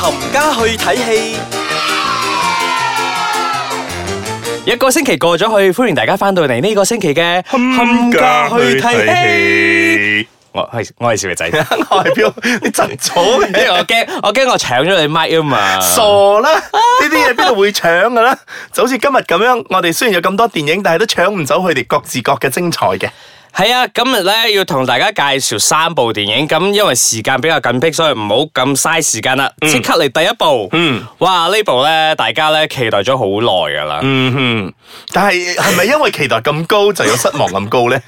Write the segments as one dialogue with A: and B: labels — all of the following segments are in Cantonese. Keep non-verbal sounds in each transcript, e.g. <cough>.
A: 冚家去睇戲，
B: 一個星期過咗去，歡迎大家翻到嚟呢個星期嘅
C: 冚家去睇。戲。
B: 我係我係小肥
C: <laughs>
B: 仔，因
A: 外表 <laughs> 你震咗
B: 為
A: 咩？
B: 我 <laughs> 驚我驚我搶咗你麥啊嘛。
A: 傻啦！呢啲嘢邊度會搶噶啦？就好似今日咁樣，我哋雖然有咁多電影，但係都搶唔走佢哋各自各嘅精彩嘅。
B: 係啊，今日咧要同大家介紹三部電影，咁因為時間比較緊迫，所以唔好咁嘥時間啦，即刻嚟第一部。嗯，哇呢部咧大家咧期待咗好耐噶啦。
A: 嗯哼，但係係咪因為期待咁高就有失望咁高
B: <laughs>
A: 咧？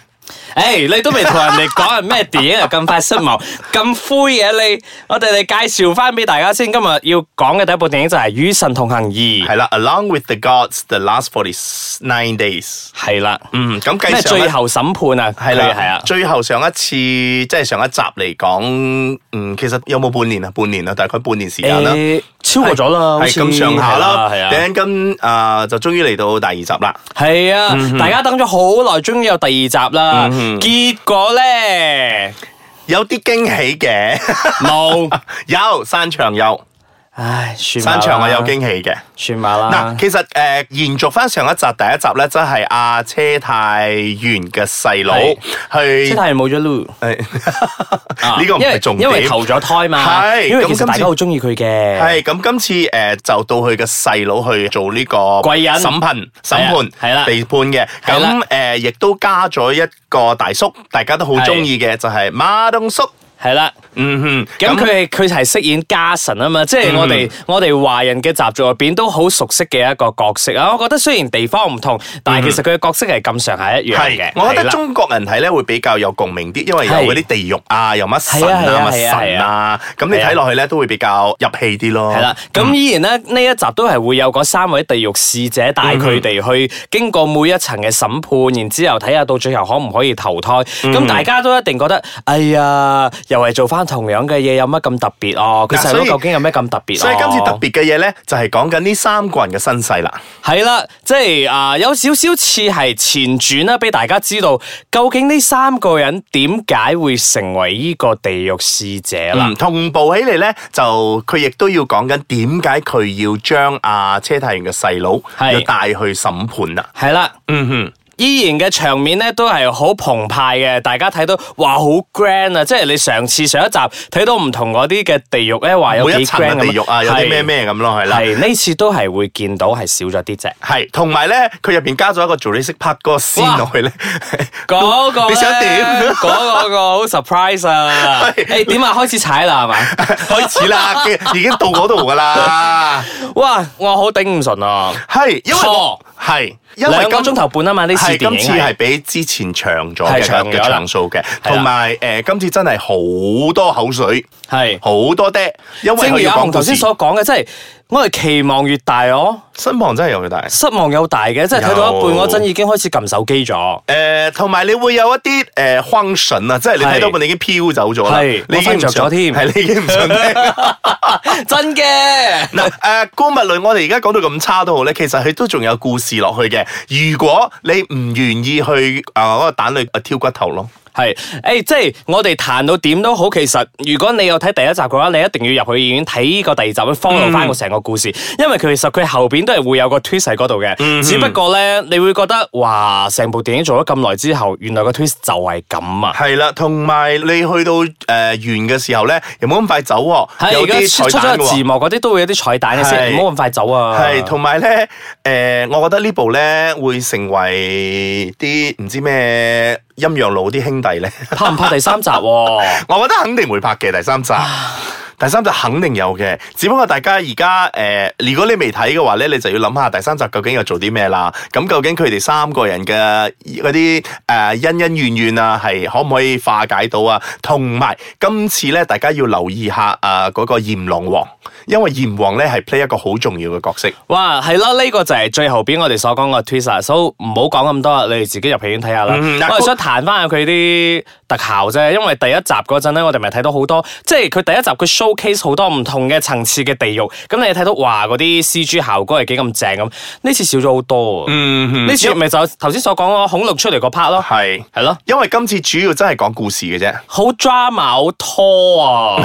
B: 诶、你都未同人哋講係咩電影啊？咁快失
A: <laughs>
B: 望，咁灰嘅你，我哋嚟介紹翻俾大家先。今日要講嘅第一部電影就係《與神同行二》，
A: 係啦，Along with the gods, the last forty nine days。
B: 係啦，
A: 嗯，咁計
B: 咩
A: 上
B: 最
A: 一
B: 後審判啊？
A: 係啦，
B: 係啊，
A: 最後上一次即係上一集嚟講，嗯，其實有冇半年啊？半年啦，大概半年時間啦。
B: 誒超過咗啦，好
A: 啊係
B: 似
A: 咁上下啦，
B: 係啊，
A: 頂咁啊就終於嚟到第二集啦。
B: 係啊，
A: 嗯
B: 大家等咗好耐，終於有第二集啦。結果咧
A: 有啲驚喜嘅， <laughs>
B: 冇，
A: 有山場有
B: 唉，算吧
A: 山
B: 啦
A: 場我有驚喜嘅。
B: 算吧啦
A: 嗱，。其實誒、呃延續翻上一集第一集咧，即係阿車太元嘅細佬
B: 係
A: 去
B: 即。係冇咗 Lu，
A: 誒 <laughs> 呢個唔
B: 因為
A: 係重
B: 因為
A: 點。
B: 投咗胎嘛，
A: 係
B: 因為其
A: 咁今
B: 實大
A: 次
B: 家好中意佢嘅，
A: 係咁，今次誒、呃就到佢嘅細佬去做呢個
B: 貴人
A: 審判、審判
B: 係啦
A: 被判嘅。
B: 係啦
A: 咁誒亦都加咗一個大叔，大家都好中意嘅就係馬東叔。
B: 係啦。
A: 嗯哼，
B: 咁佢係佢係飾演家臣啊嘛，即
A: 嗯
B: 係我哋、我哋華人嘅習俗入邊都好熟悉嘅一個角色啊。我覺得雖然地方唔同，但係其實佢嘅角色係咁上下一樣嘅
A: 嗯係。，我覺
B: 係
A: 得
B: 啦
A: 中國人睇咧會比較有共鳴啲，因為有
B: 係
A: 嗰啲地獄啊，有乜神
B: 係啊
A: 啊、
B: 係
A: 乜
B: 啊係啊
A: 神啊，咁你
B: 係啊
A: 睇落去咧都會比較入戲啲咯。
B: 係啦，
A: 嗯
B: 咁依然咧呢一集都係會有嗰三位地獄使者帶
A: 嗯
B: 佢哋去經過每一層嘅審判，然之後睇下到最後可唔可以投胎。
A: 嗯
B: 咁大家都一定覺得，哎呀，又係做翻同樣嘅嘢，有乜咁特別哦？佢
A: 嗱
B: 細佬
A: 所以
B: 究竟有咩咁特別？哦
A: 所以今次特。別嘅嘢咧，就係講緊呢三個人嘅身世啦。
B: 系啦，即系啊、有少少似係前傳啦，俾大家知道究竟呢三個人點解會成為呢個地獄使者啦。
A: 嗯，同步起嚟咧，就佢亦都要講緊點解佢要將阿車太元嘅細佬
B: 係
A: 要帶去審判啦。
B: 係啦，
A: 嗯哼，
B: 依然嘅場面咧都係好澎湃嘅，大家睇到哇好 grand 啊！即係你上次上一集睇到唔同嗰啲嘅地獄咧，話有
A: 每
B: 幾
A: 一層
B: grand
A: 嘅
B: 咁
A: 地獄啊，有啲咩咩咁咯，係啦。
B: 係呢次都係會見到係少咗啲
A: <laughs>
B: 啫。
A: 係，同埋咧，佢入邊加咗一個 Jurassic Park 嗰個 scene 落去咧，
B: 嗰個
A: 你想
B: 呢
A: 點
B: 嗰個個好 surprise
A: <laughs>
B: 啊！誒點啊？開始踩啦係嘛？
A: 開始啦，已經到嗰度噶啦。
B: 哇！我好頂唔順啊！
A: 係，因為
B: 錯
A: 係因為
B: 兩個
A: 今
B: 鐘頭半啊嘛，呢次
A: 係
B: 電
A: 今
B: 影
A: 次係比之前長咗
B: 係
A: 嘅
B: 長咗
A: 嘅
B: 啦
A: 長數嘅，
B: 係啦
A: 同埋誒今次真係好多口水，
B: 係。
A: 好多爹，因為
B: 正
A: 佢
B: 如
A: 要
B: 阿
A: 講
B: 紅頭
A: 故
B: 先
A: 事。
B: 所講嘅，即係我係期望越大，我
A: 身旁真係有佢大。
B: 失望又大嘅，即係睇到一半嗰
A: 有
B: 陣已經開始撳手機
A: <laughs>
B: 咗。
A: 誒，同埋你會有一啲誒慌神啊，即係你
B: 係
A: 睇到本你已經飄走咗啦，
B: 係
A: 你已經唔
B: 我瞓著咗
A: 想
B: 添
A: 係你已經唔
B: <laughs>
A: 想聽。
B: 真嘅，
A: 嗱誒，姑勿論我哋而家講到咁差都好咧，其實佢都仲有故事落去嘅。如果你唔願意去啊嗰個蛋裏挑骨頭咯，
B: 係誒、即係我哋彈到點都好，其實如果你有睇第一集嘅話，你一定要入去影院睇呢個第二集，去 follow 翻個成個故事，
A: 嗯
B: 因為其實佢後邊都係會有個 twist 喺嗰度嘅。只不過咧，你會覺得哇，成部電影做咗咁耐之後，原來個 twist 就係咁啊！
A: 係啦，同埋你去到誒完嘅時候咧，又冇咁快走喎，
B: 係
A: 有
B: 而家出
A: 啲
B: 出
A: 彩
B: 咗
A: 蛋
B: 個
A: 嘅
B: 字
A: 喎。
B: 幕嗰啲都會有啲彩蛋嘅先，
A: 係
B: 唔好咁快走啊！
A: 係，同埋咧，誒，我覺得呢部咧會成為啲唔知咩陰陽佬啲兄弟咧。
B: 拍唔拍第三集喎、
A: 我覺得肯定會拍嘅第三集。第三集肯定有嘅，只不過大家而家誒，如果你未睇嘅話咧，你就要諗下第三集究竟又做啲咩啦。咁究竟佢哋三個人嘅嗰啲誒恩恩怨怨啊，係可唔可以化解到啊？同埋今次咧，大家要留意下啊嗰、個閻龍王，因為閻王咧係 play 一個好重要嘅角色。
B: <laughs> 哇，係啦，呢、個就係最後邊我哋所講個 twist，所以唔好講咁多啦，你哋自己入戲院睇下啦。
A: 嗯嗱
B: 我係想彈翻下佢啲特效啫，因為第一集嗰陣咧，我哋咪睇到好多，即係佢第一集佢 showcase 好多唔同嘅層次嘅地獄，咁你睇到哇嗰啲 CG 效果係幾咁正咁，呢次少咗好多啊。
A: 嗯
B: 呢次咪就頭先所講個恐龍出嚟個 part 咯，
A: 係，
B: 係咯。
A: 因為今次主要真係講故事嘅啫。啊
B: 好 drama 好拖啊，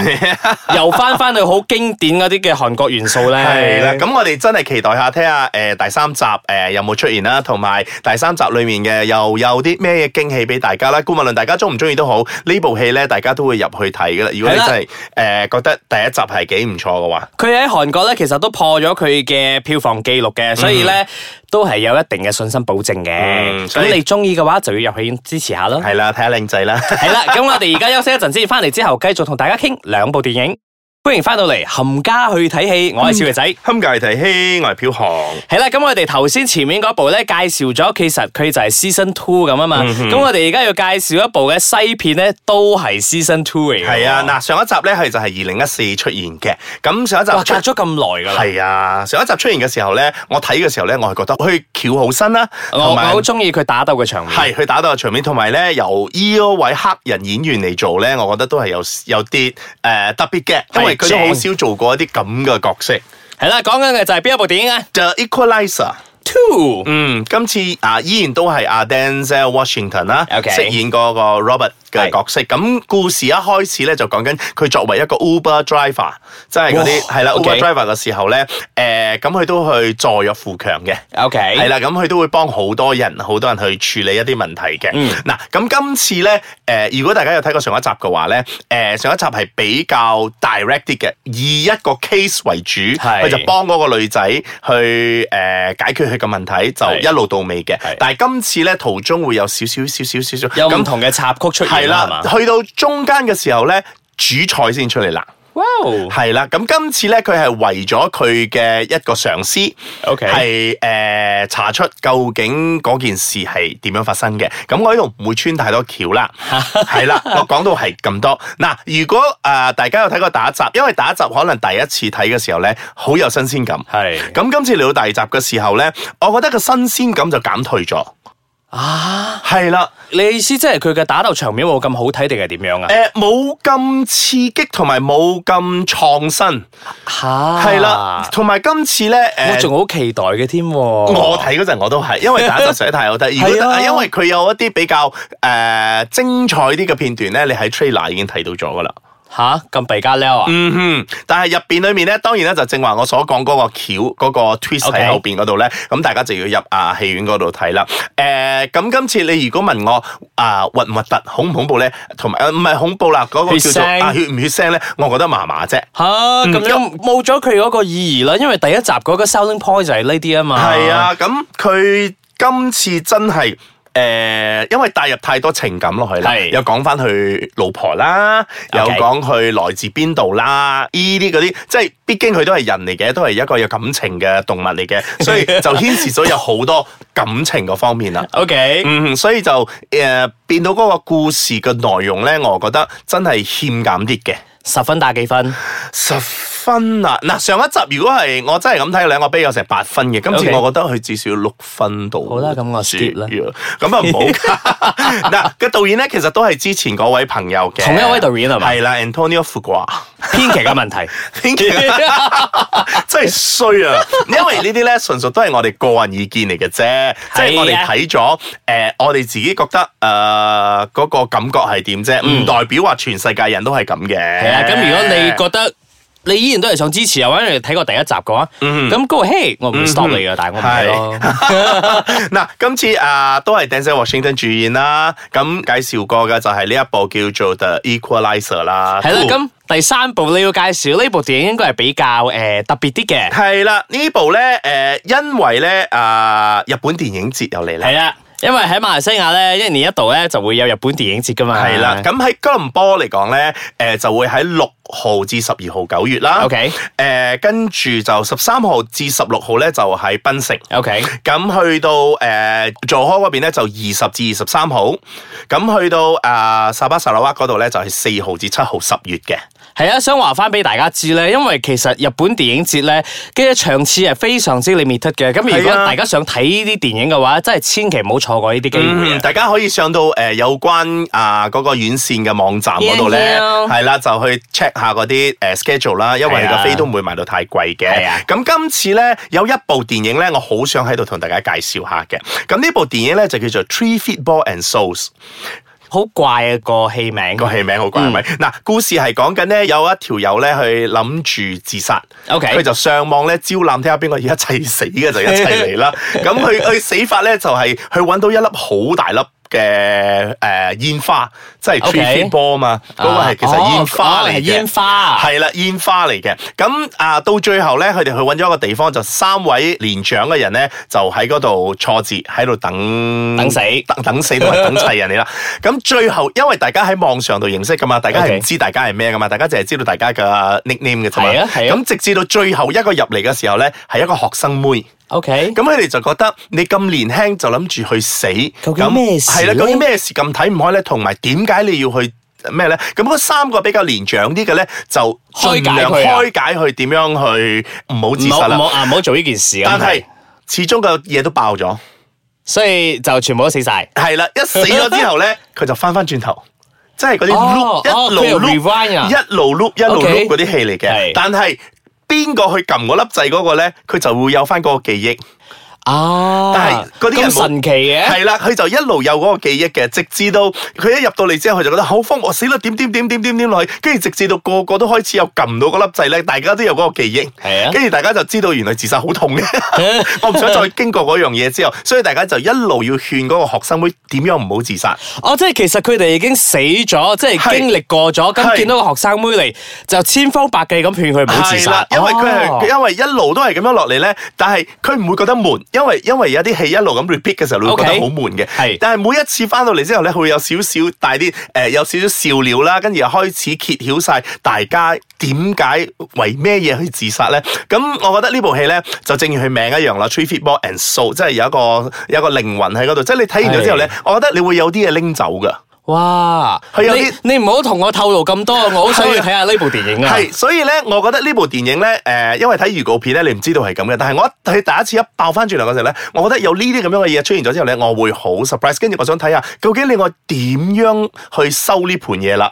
B: 又翻翻去好經典嗰啲啲嘅韓國元素咧。
A: 系啦，咁我哋真係期待下睇下诶第三集诶、呃有冇出現啦，同埋第三集里面嘅又有啲咩驚喜俾大家啦。顧問論大家中唔中意都好，呢部戲咧大家都會入去睇噶啦。如果
B: 係
A: 你
B: 啦
A: 真係诶、呃、觉得第一集係幾唔錯嘅話，
B: 佢喺韓國咧，其實都破咗佢嘅票房記錄嘅，所以咧都係有一定嘅信心保證嘅。
A: 嗯所
B: 咁
A: 以
B: 你中意嘅話，就要入去支持下
A: <laughs>
B: 咯。
A: 係啦，睇下靚仔啦。
B: 係啦，咁我哋而家休息一陣先，翻嚟之後繼續同大家傾兩部電影。歡迎翻到嚟，冚家去睇戲，我係少爺仔。
A: 堪介提希，我係飄航。
B: 系啦，咁我哋頭先前面嗰部咧介紹咗，其實佢就係 season two 咁啊嘛。咁、我哋而家要介紹一部嘅西片咧，都係 season two 嚟嘅喎。
A: 係啊，嗱上一集咧係就係二零一四出現嘅，咁上一集
B: 哇，
A: 出
B: 隔咗咁耐噶啦。
A: 係啊，上一集出現嘅時候咧，我睇嘅時候咧，我係覺得佢翹好身啦，
B: 我
A: 同
B: 我
A: 埋
B: 好中意佢打鬥嘅場面。
A: 係佢打到嘅場面，同埋咧由呢嗰位黑人演員嚟做咧，我覺得都係有有啲誒、呃特別嘅，因為佢都
B: 係
A: 好
B: 正
A: 少做過一啲咁嘅角色。
B: 係啦，講緊嘅就係邊一部電影啊
A: The Equalizer，
B: ？Two。
A: 嗯，今次啊依然都係阿 Denzel Washington 啦
B: OK
A: 飾演嗰個 Robert
B: 係
A: 嘅角色。咁故事一開始咧就講緊佢作為一個 Uber driver，即係嗰啲
B: 哇
A: 係啦
B: OK
A: Uber driver 嘅時候咧，誒咁佢都去助弱扶強嘅。
B: O K。
A: 係啦，咁佢都會幫好多人，好多人去處理一啲問題嘅。
B: 嗯
A: 嗱、咁今次咧，誒、如果大家有睇過上一集嘅話咧，誒、上一集係比較 direct 啲嘅，以一個 case 為主，
B: 係
A: 佢就幫嗰個女仔去誒、解決佢嘅問題，
B: 係
A: 就一路到尾嘅
B: 係。
A: 但係今次咧，途中會有少少少少少少
B: 有
A: 咁
B: 唔同嘅插曲出
A: 係
B: 現啦，係
A: 啦
B: 嘛，？
A: 去到中間嘅時候咧，主菜先出嚟啦。
B: 哇
A: 係啦，咁今次咧，佢係為咗佢嘅一個上司。
B: ！O K。
A: 係誒查出究竟嗰件事係點樣發生嘅。咁我呢度唔會穿太多橋啦，係啦，我講到係咁多。嗱，如果誒、呃大家有睇過第一集，因為第一集可能第一次睇嘅時候咧，好有新鮮感。
B: 係
A: 咁今次嚟到第二集嘅時候咧，我覺得個新鮮感就減退咗。
B: 啊，
A: 係啦，
B: 你意思即係佢嘅打鬥場面冇咁好睇定係點樣啊？
A: 誒呃冇咁刺激同埋冇咁創新，
B: 吓
A: 係啦，，同埋今次咧誒。呃
B: 我仲好期待嘅添喎。
A: 我睇嗰陣我都係，因為第一集實在太好睇。如
B: 哦係
A: 果
B: 啊
A: 因為佢有一啲比較誒、呃精彩啲嘅片段咧，你喺 trailer 已經睇到咗噶啦。
B: 吓咁鼻加撩啊！
A: 嗯哼，但係入邊裡面咧，當然咧就正話我所講嗰個橋嗰、個 twist
B: OK
A: 喺後邊嗰度咧，咁大家就要入啊戲院嗰度睇啦。誒、呃咁今次你如果問我啊核唔核突、恐唔恐怖咧，同埋呃唔係恐怖啦，嗰、個
B: 血
A: 叫做
B: 腥
A: 啊血唔血腥咧，我覺得麻麻啫。
B: 吓咁樣嗯冇咗佢嗰個意義啦，因為第一集嗰個 selling point 就係呢啲啊嘛。
A: 係，啊，咁佢今次真係诶、呃因為帶入太多情感落去啦，
B: 係
A: 又講翻佢老婆啦
B: OK
A: 又講佢來自邊度啦，呢啲嗰啲，即係畢竟佢都係人嚟嘅，都係一個有感情嘅動物嚟
B: <laughs>
A: 嘅，所以就牽涉咗有好多感情嗰方面
B: <laughs>
A: 啦。
B: ，OK，
A: 嗯，所以就誒、呃、變到嗰個故事嘅內容咧，我覺得真係欠減啲嘅。
B: 十分打幾分？
A: 十分啊！嗱，上一集如果係我真係咁睇，兩個比有成八分嘅，今次
B: OK
A: 我覺得佢至少要六分到。
B: 好啦咁我 skip 啦。
A: 咁
B: <laughs>
A: 啊唔好。嗱，個導演咧其實都係之前嗰位朋友嘅，
B: 同一位導演係嘛
A: 係啦，Antonio Fuqua。
B: 編劇嘅問題，
A: 編劇真係衰啊！因為呢啲咧純屬都係我哋個人意見嚟嘅
B: 啊
A: 啫，即係我哋睇咗誒，我哋自己覺得誒嗰、個感覺係點啫，唔代表話全世界人都係咁嘅。
B: 嗯係
A: 係
B: 啊。 <laughs> 咁如果你覺得你依然都係想支持啊，或者你睇過第一集嘅話，咁 go ahead，我唔 stop 你嘅，但係我唔睇咯。
A: <laughs> 嗱，今次啊都係 Denzel Washington 主演啦，咁介紹過嘅就係呢一部叫做 The Equalizer 啦。
B: <laughs> 係啦，
A: Two
B: 咁第三部你要介紹呢部電影應該係比較誒特別啲嘅，
A: 係啦，呢部咧诶，誒因為咧啊日本電影節又嚟啦
B: 係。啦，因為喺馬來西亞咧一年一度咧就會有日本電影節噶嘛。
A: 係啦，咁喺吉隆坡嚟講咧，誒、就會喺六號至十二號九月啦。
B: OK
A: 誒、跟住就十三號至十六號咧就喺檳城。
B: OK，
A: <laughs> 咁去到誒佐科嗰邊咧就二十至二十三號，咁去到啊、沙巴沙拉哇嗰度咧就係四號至七號十月嘅。
B: 係啊，想話翻俾大家知咧，因為其實日本電影節咧嘅場次係非常之 limited 嘅，咁如
A: 係
B: 果
A: 啊
B: 大家想睇呢啲電影嘅話，真係千祈唔好錯過呢啲機會啊
A: 嗯，大家可以上到誒、呃有關啊嗰、個院線嘅網站嗰度咧，
B: Yeah, yeah.
A: 係啦，就去 check 下嗰啲誒 schedule 啦，因為
B: 係
A: 佢
B: 啊
A: 個飛都唔會賣到太貴
B: 係啊
A: 嘅。咁今次咧有一部電影咧，我好想喺度同大家介紹下嘅。咁呢部電影咧就叫做《Three Feet Ball and Souls》。
B: 好怪啊個戲名。
A: 個戲名
B: 嗯
A: 好怪係咪？嗱，故事係講緊咧，有一條友咧去諗住自殺，
B: OK
A: 佢就上網咧招攬，睇下邊個要一齊死嘅就一齊嚟
B: <laughs>
A: 啦。咁佢佢死法咧就係去揾到一粒好大粒。嘅誒煙花，即係
B: OK
A: tree ball 啊嘛，嗰個係其實煙花
B: 哦哦
A: 嚟
B: 係
A: 嘅，
B: 煙花
A: 係啦，煙花嚟嘅。咁啊，到最後咧，佢哋去揾咗一個地方，就三位年長嘅人咧，就喺嗰度挫折，喺度等
B: 等死
A: 等等死同埋等齊人
B: <laughs>
A: 哋啦。咁最後，因為大家喺網上度認識噶嘛，大家係
B: OK
A: 唔知大家係咩噶嘛，大家淨係知道大家嘅 nickname 嘅啫嘛。
B: 係啊係啊
A: 咁直至到最後一個入嚟嘅時候咧，係一個學生妹。
B: OK，
A: 咁佢哋就覺得你咁年輕就諗住去死，
B: 究竟
A: 咁
B: 咩事
A: 係啦，
B: 呢
A: 究竟咩事咁睇唔開咧？同埋點解你要去咩咧？咁嗰三個比較年長啲嘅咧，就盡量
B: 開解佢啊
A: 開解佢點樣去唔好自
B: 唔好
A: 殺
B: 唔好
A: 啦。
B: 啊，唔好做呢件事啊。
A: 但係始終個嘢都爆咗，
B: 所以就全部都死晒。
A: 係啦，一死咗之後咧， <laughs> 佢就翻翻轉頭。即係嗰啲
B: 哦
A: loop
B: 哦
A: 一路
B: 佢又 rewind 啊
A: loop 一路 loop 一路
B: OK
A: loop 嗰啲戲嚟嘅
B: 係，
A: 但係邊個去撳嗰粒掣嗰個咧，佢就會有翻嗰個記憶。
B: 啊！
A: 但係嗰啲人
B: 咁神奇嘅，
A: 系啦，佢就一路有嗰個記憶嘅，直至到佢一入到嚟之後，佢就覺得好慌，我死啦！點點點點點點落去，跟住直至到個個都開始有撳到嗰粒掣咧，大家都有嗰個記憶，
B: 係啊
A: 跟住大家就知道原來自殺好痛嘅，我唔想再經過嗰樣嘢之後，所以大家就一路要勸嗰個學生妹點樣唔好自殺，
B: 哦，即係其實佢哋已經死咗，即係
A: 係
B: 經歷過咗，咁
A: 係
B: 見到個學生妹嚟，就千方百計咁勸佢唔好自
A: 係啦
B: 殺，，
A: 因為佢
B: 哦
A: 係因為一路都係咁樣落嚟咧，但係佢唔會覺得悶，因為因為有啲戲一路咁 repeat 嘅時候，你會覺
B: OK
A: 得好悶嘅。
B: 係
A: 但係每一次翻到嚟之後咧，佢會有少少帶啲誒有少少笑料啦，跟住又開始揭曉晒大家點解為咩嘢去自殺咧？咁我覺得呢部戲咧就正如佢名一樣啦，Three Feet Ball and Soul，即係有一個有一個靈魂喺嗰度，即係你睇完咗之後咧，我覺得你會有啲嘢拎走㗎。
B: 哇！
A: 佢有啲
B: 你你唔好同我透露咁多，我好想要睇下呢部電影啊！
A: 係，所以咧，我覺得呢部電影咧，誒、因為睇預告片咧，你唔知道係咁嘅。但係我一睇第一次一爆翻轉嚟嗰陣咧，我覺得有呢啲咁樣嘅嘢出現咗之後咧，我會好 surprise。跟住我想睇下，究竟你我點樣去收呢盤嘢啦？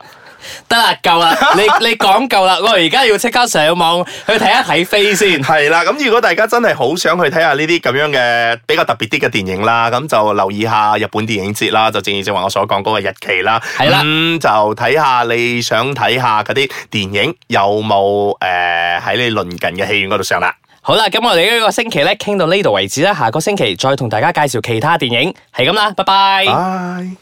B: 得啦，夠
A: <laughs>
B: 啦，你你講夠啦，我而家要即刻上網去睇一睇飛先。
A: 係啦，咁如果大家真係好想去睇下呢啲咁樣嘅比較特別啲嘅電影啦，咁就留意下日本電影節啦，就正如正話我所講嗰個日期啦。
B: 係啦
A: 咁、就睇下你想睇下嗰啲電影有冇誒喺你鄰近嘅戲院嗰度上啦。
B: 好啦，咁我哋呢個星期咧傾到呢度為止啦，下個星期再同大家介紹其他電影，係咁啦，拜拜。
A: 拜。